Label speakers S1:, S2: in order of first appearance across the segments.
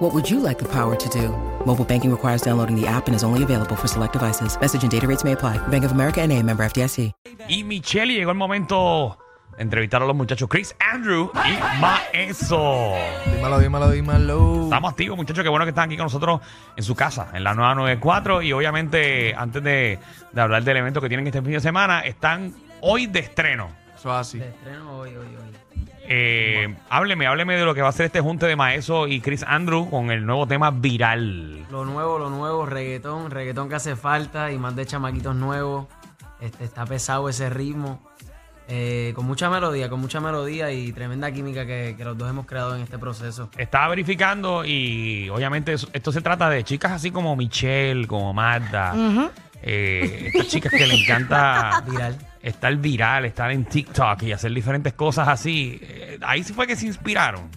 S1: What would you like the power to do? Mobile banking requires downloading the app and is only available for select devices. Message and data rates may apply. Bank of America and a member FDIC.
S2: Y Michelle, y llegó el momento de entrevistar a los muchachos Chris, Andrew y Maeso.
S3: Dímelo, dímelo, dímelo.
S2: Estamos activos, muchachos. Qué bueno que están aquí con nosotros en su casa, en la nueva 94. Y obviamente, antes de, de hablar del evento que tienen este fin de semana, están hoy de estreno.
S3: Eso es así.
S2: Eh, Hábleme, hábleme de lo que va a ser este junte de Maeso y Chris Andrew con el nuevo tema viral.
S4: Lo nuevo, lo nuevo, reggaetón, reggaetón que hace falta y más de chamaquitos nuevos. Este, está pesado ese ritmo. Eh, con mucha melodía, con mucha melodía y tremenda química que, que los dos hemos creado en este proceso.
S2: Estaba verificando y obviamente eso- esto se trata de chicas así como Michelle, como Marta. Eh, estas chicas que le encanta
S4: Viral.
S2: estar viral, estar en TikTok y hacer diferentes cosas así. Eh, ahí sí fue que se inspiraron.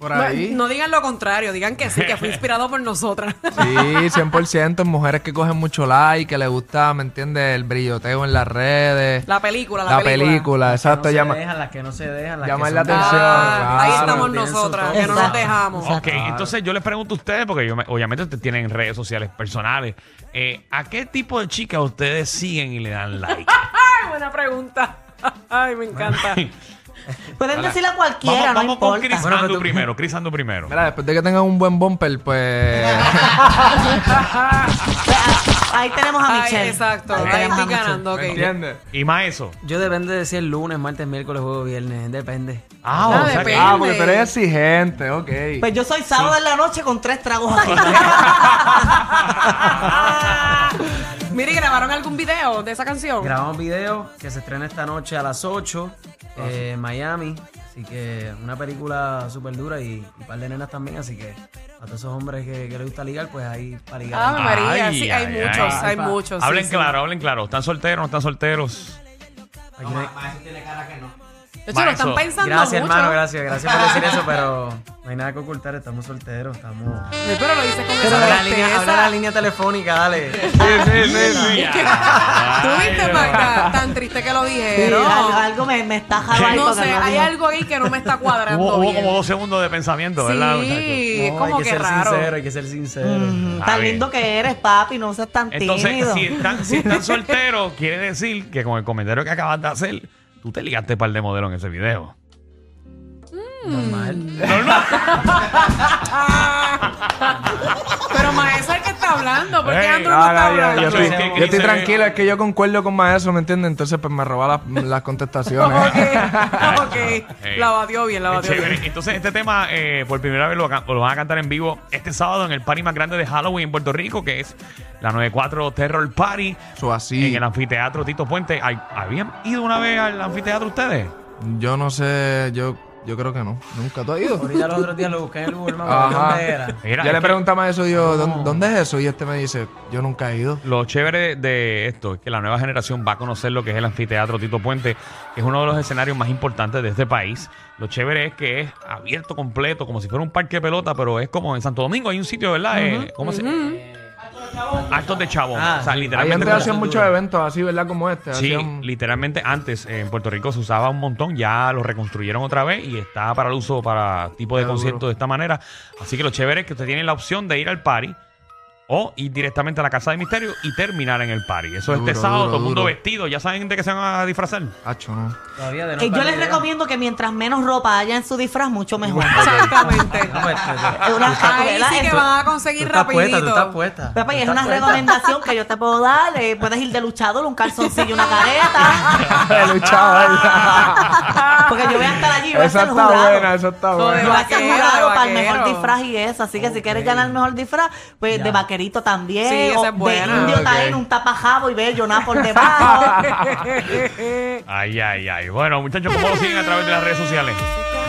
S3: Por
S5: No,
S3: ahí.
S5: no digan lo contrario, digan que sí, que fue inspirado por nosotras.
S3: Sí, 100%. Mujeres que cogen mucho like, que les gusta, ¿me entiendes? El brilloteo en las redes.
S5: La película,
S3: La,
S5: la,
S3: película, exacto.
S4: no se
S3: llama-
S4: dejan, las que no se dejan, las
S3: llamar
S4: que
S3: la
S4: son-
S3: atención.
S5: Ah, ahí
S3: claro,
S5: estamos
S4: pienso
S5: nosotras,
S4: todo.
S5: que no nos
S4: Exacto.
S5: dejamos.
S2: ok, entonces yo les pregunto a ustedes, porque yo me- obviamente ustedes tienen redes sociales personales, eh, ¿a qué tipo de chicas ustedes siguen y le dan like?
S5: Ay, buena pregunta. Ay, me encanta.
S6: Pueden decirle a cualquiera,
S2: vamos
S6: no
S2: vamos con
S6: importa.
S2: Chris
S3: Bueno, pero
S2: Andrew
S3: tú-
S2: primero, Chris Andrew primero.
S3: Mira, después de que tengan un buen bumper, pues.
S6: Ah, Ahí tenemos a
S5: Ay,
S6: Michelle.
S5: exacto.
S6: Ahí
S5: Ahí
S6: tenemos a
S5: estoy
S6: Michelle.
S5: ganando, ok.
S3: ¿Me entiendes?
S2: Y más eso.
S4: Yo depende de si es lunes, martes, miércoles, jueves, viernes. Depende.
S2: Ah,
S5: Ah,
S2: o sea que-
S5: depende.
S3: Ah, porque tú eres exigente, ok.
S6: Pues yo soy sábado en la noche con tres tragos aquí.
S2: Ah,
S5: Mire, ¿grabaron algún video de esa canción?
S4: Grabamos video que se estrena esta noche a las 8 eh, en Miami. Así que una película súper dura y un par de nenas también. Así que a todos esos hombres que, que les gusta ligar, pues ahí para ligar.
S5: Ave María,
S2: Ay,
S5: sí, hay
S2: ay,
S5: muchos,
S2: ay.
S5: hay muchos. sí,
S2: hablen
S5: sí.
S2: claro, hablen claro. ¿Están solteros no están solteros?
S4: Aquí no hay-
S5: De hecho, lo están
S2: Maestro.
S5: pensando
S4: Gracias,
S5: mucho.
S4: hermano, gracias, gracias por decir eso, pero no hay nada que ocultar, estamos solteros, estamos.
S5: Sí, Pero lo dices con
S4: Habla
S5: esa
S4: la línea, habla la
S5: tristeza.
S4: línea telefónica, dale.
S3: sí, sí, sí.
S5: ¿Tú viste,
S2: Ay,
S5: Magda? Tan triste que lo
S6: Sí,
S5: dijeron.
S6: algo, algo me, me está jalando.
S5: No
S6: que
S5: sé, hay
S6: digo.
S5: algo ahí que no me está cuadrando
S2: Hubo, hubo
S5: bien.
S2: como dos segundos de pensamiento, ¿verdad, muchachos?
S5: Sí, es
S4: No,
S5: como
S4: hay que,
S5: que,
S4: ser
S5: raro.
S4: sincero, hay que ser sincero.
S6: Mm,
S2: A
S6: Tan
S2: ver.
S6: lindo que eres, papi, no seas tan
S2: Entonces,
S6: tímido.
S2: si están, si están solteros, quiere decir que con el comentario que acabas de hacer, tú te ligaste par de modelos en ese video.
S4: Normal.
S5: Ah. Pero maestro es el que está hablando, porque
S2: Ey,
S5: Andrew no
S3: No,
S5: está
S3: no, yo,
S5: hablando.
S3: yo estoy,
S2: Es que
S3: yo
S2: Chris
S3: estoy
S2: se-
S3: tranquilo, es que yo concuerdo con Maestro, ¿me entiendes? Entonces, pues me roba las, las contestaciones.
S5: ok, ok.
S2: Ey.
S5: La batió bien, la
S2: Qué
S5: batió
S2: chévere.
S5: bien.
S2: Entonces, este tema, eh, por primera vez, lo, can- lo van a cantar en vivo este sábado en el party más grande de Halloween en Puerto Rico, que es la 94 Terror Party
S3: Eso
S2: en
S3: así.
S2: el anfiteatro Tito Puente. Ay, ¿Habían ido una vez al anfiteatro ustedes?
S3: Yo no sé, yo, yo creo que no. Nunca tú has ido.
S4: Ahorita los otros días lo busqué en el Google Maps,
S3: Ajá.
S4: Ah, ¿dónde era?
S2: Mira,
S3: yo
S2: es
S3: le
S2: que-
S3: preguntaba eso, yo, "¿Dó- ¿dónde es eso? Y este me dice, yo nunca he ido.
S2: Lo chévere de esto es que la nueva generación va a conocer lo que es el anfiteatro Tito Puente, que es uno de los escenarios más importantes de este país. Lo chévere es que es abierto completo, como si fuera un parque de pelota, pero es como en Santo Domingo hay un sitio, ¿verdad? Eh, ¿Cómo se Altos de Chabón.
S4: Ah,
S2: o sea,
S4: sí.
S3: Ahí
S2: literalmente.
S3: antes
S2: como-
S3: hacían muchos eventos así, ¿verdad? Como este.
S2: Sí,
S3: hacían-
S2: literalmente antes eh, en Puerto Rico se usaba un montón, ya lo reconstruyeron otra vez y está para el uso para tipo de
S3: Qué duro.
S2: conciertos de esta manera. Así que lo chévere es que usted tiene la opción de ir al party o ir directamente a la casa de misterio y terminar en el party. Eso es
S3: Duro,
S2: este sábado,
S3: duro,
S2: todo el mundo
S3: duro.
S2: vestido, ya saben de qué se van a disfrazar.
S3: Acho, no.
S4: Todavía de no
S6: Que Eh, yo
S4: estar
S6: les
S4: lidiando.
S6: recomiendo que mientras menos ropa haya en su disfraz, mucho mejor.
S5: Exactamente.
S4: No, pues, tú-
S6: Es una-
S5: Ahí
S6: ¿verdad?
S5: sí que
S6: Eso-
S5: van a
S4: tú
S5: conseguir
S4: estás puesta, tú estás
S5: rapidito.
S4: puesta.
S6: Papá, y
S4: Tú
S6: es
S4: estás
S6: una
S4: puesta.
S6: recomendación que yo te puedo dar. eh, Puedes ir de luchador, un calzoncillo, una careta.
S3: El chaval.
S6: Porque yo voy a estar allí y voy a
S3: Esa
S6: ser
S3: está
S6: jurado.
S3: buena, esa está
S5: No, de
S6: Yo
S3: buena.
S6: voy a ser
S5: vaquero,
S6: jurado para el
S5: de
S6: mejor
S5: vaquero.
S6: disfraz y eso. Así que si quieres ganar el mejor disfraz, pues de
S4: Ya.
S6: vaquerito también.
S5: Sí, esa
S6: o
S5: es buena.
S6: De indio
S3: Ok.
S6: taíno, un tapajabo y bello, nada por debajo.
S2: Ay, ay, ay. Bueno, muchachos, ¿cómo lo siguen a través de las redes sociales?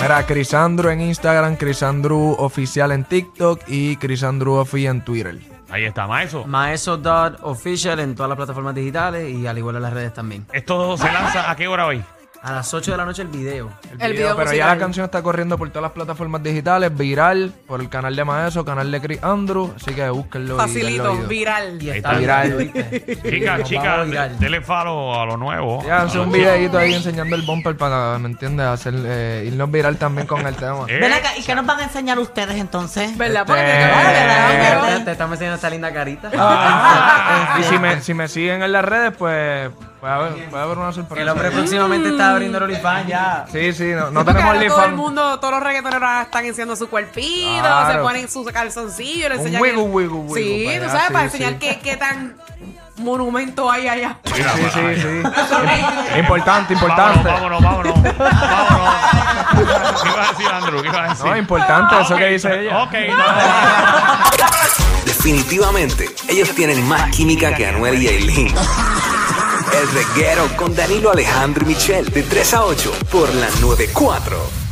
S3: Mira, Crisandru en Instagram, Crisandru oficial en TikTok y Crisandru ofi en Twitter.
S2: Ahí está, Maeso.
S4: Maeso Dot Official en todas las plataformas digitales y al igual en las redes también.
S2: ¿Esto se lanza a qué hora hoy?
S4: A las 8 de la noche el video.
S5: El video
S3: pero ya
S5: musical.
S3: la canción está corriendo por todas las plataformas digitales, viral, por el canal de Maeso, canal de Chris Andrew, así que búsquenlo. y denle
S5: Facilito,
S3: oído.
S5: viral.
S4: Y
S2: Ahí
S4: está
S2: está.
S4: viral.
S3: Viral.
S4: ¿oíste?
S2: Chicas,
S4: Nos
S2: chicas,
S4: vamos viral.
S2: denle follow a lo nuevo.
S3: Ya, hace un videito ahí enseñando el bumper para, ¿me entiendes? Hacer, eh, irnos viral también con el tema.
S2: Eh,
S6: Ven acá, ¿y qué nos van a enseñar ustedes entonces?
S5: ¿Verdad?
S3: Este-
S5: Porque tiene que
S4: Mira,
S5: ver,
S6: Eh,
S5: ¿verdad?
S4: Te te estamos enseñando esta linda carita.
S3: Ah, y si me, si me siguen en las redes, pues puede haber, puede haber una sorpresa.
S4: El hombre próximamente está abriendo el OnlyFans ya.
S3: Sí, sí, no, no
S5: Porque
S3: tenemos
S5: ahora todo el
S3: OnlyFans.
S5: mundo, todos los reggaetoneros ahora están enseñando su cuerpito,
S3: Claro.
S5: se ponen sus calzoncillos, le
S3: Un
S5: enseñan.
S3: wiggle,
S5: el-
S3: wiggle, wiggle
S5: Sí,
S3: para
S5: tú
S3: allá,
S5: sabes,
S3: sí,
S5: para
S3: sí.
S5: enseñar qué, qué tan monumento hay allá.
S2: mira,
S3: Sí,
S2: para
S3: sí,
S2: allá.
S3: sí. Importante, importante.
S2: Vámonos, vámonos, vámonos. vámonos. ¿Qué ibas a decir, Andrew? ¿Qué ibas a decir?
S3: No, importante eso
S2: Ah, Ok,
S3: que dice ella.
S2: Ok, no.
S7: Definitivamente, ellos tienen más química que Anuel y Aileen. El reguero con Danilo Alejandro y Michel, de 3 a 8, por la 94. 4